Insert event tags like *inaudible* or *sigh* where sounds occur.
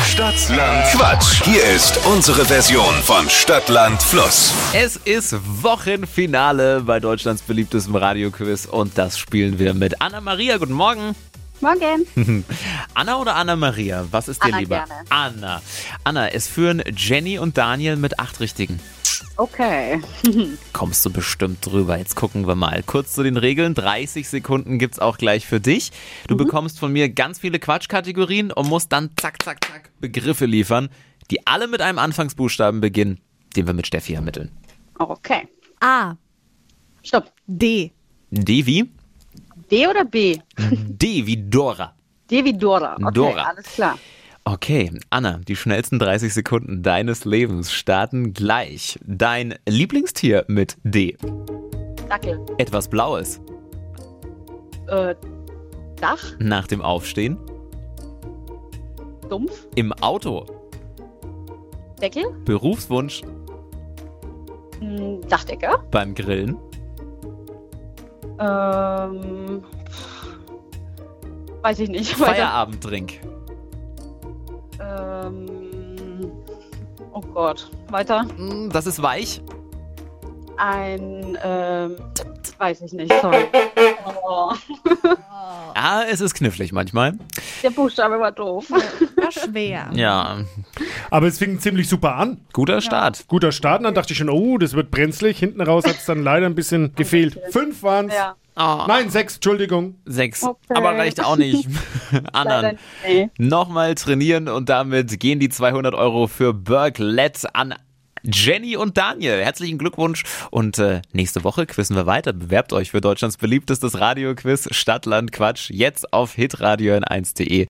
Stadtland Quatsch. Hier ist unsere Version von Stadtland Fluss. Es ist Wochenfinale bei Deutschlands beliebtestem Radioquiz und das spielen wir mit Anna-Maria. Guten Morgen. Morgen. Anna oder Anna-Maria? Was ist dir Anna lieber? gerne. Anna. Anna, es führen Jenny und Daniel mit acht Richtigen. Okay. Kommst du bestimmt drüber. Jetzt gucken wir mal. Kurz zu den Regeln. 30 Sekunden gibt's auch gleich für dich. Du Mhm. bekommst von mir ganz viele Quatschkategorien und musst dann zack, zack, zack Begriffe liefern, die alle mit einem Anfangsbuchstaben beginnen, den wir mit Steffi ermitteln. Okay. A. Stopp. D. D wie? D oder B? D wie Dora. D wie Dora. Okay, Dora. alles klar. Okay, Anna, die schnellsten 30 Sekunden deines Lebens starten gleich. Dein Lieblingstier mit D. Dackel. Etwas Blaues. Äh, Dach. Nach dem Aufstehen. Dumpf. Im Auto. Deckel. Berufswunsch. Hm, Dachdecker. Beim Grillen. Ähm, pff, weiß ich nicht. *laughs* Weiter. Feierabendtrink. Ähm, oh Gott. Weiter. Mm, Das ist weich. Ein, ähm, weiß ich nicht. Sorry. Oh, Ah, es ist knifflig manchmal. der Buchstabe war doof. War schwer. Ja, Aber es fing ziemlich super an. guter Start. Guter Start. Und dann dachte ich schon, oh, das wird brenzlig. Hinten raus hat es dann leider ein bisschen gefehlt. Fünf waren es. Ja. Ah, Nein, sechs, Entschuldigung. sechs. Okay. Aber reicht auch *laughs* nicht. Leider Anna, nee. nochmal trainieren und damit gehen die 200 Euro für Berglet an Jenny und Daniel. Herzlichen Glückwunsch und äh, nächste Woche quizzen wir weiter. Bewerbt euch für Deutschlands beliebtestes Radioquiz Stadtland Quatsch jetzt auf hitradio1.de.